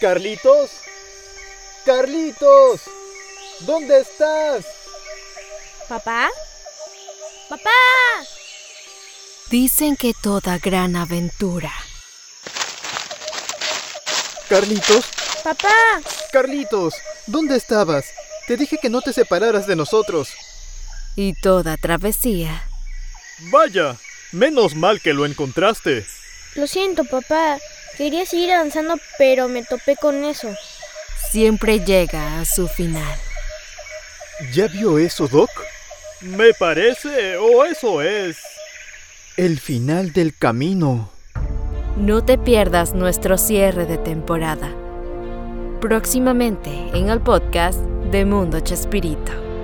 Carlitos. Carlitos. ¿Dónde estás? ¿Papá? ¡Papá! Dicen que toda gran aventura. Carlitos. ¡Papá! Carlitos. ¿Dónde estabas? Te dije que no te separaras de nosotros. Y toda travesía. Vaya, menos mal que lo encontraste. Lo siento, papá. Quería seguir avanzando, pero me topé con eso. Siempre llega a su final. ¿Ya vio eso, Doc? Me parece, o eso es. El final del camino. No te pierdas nuestro cierre de temporada. Próximamente en el podcast de Mundo Chespirito.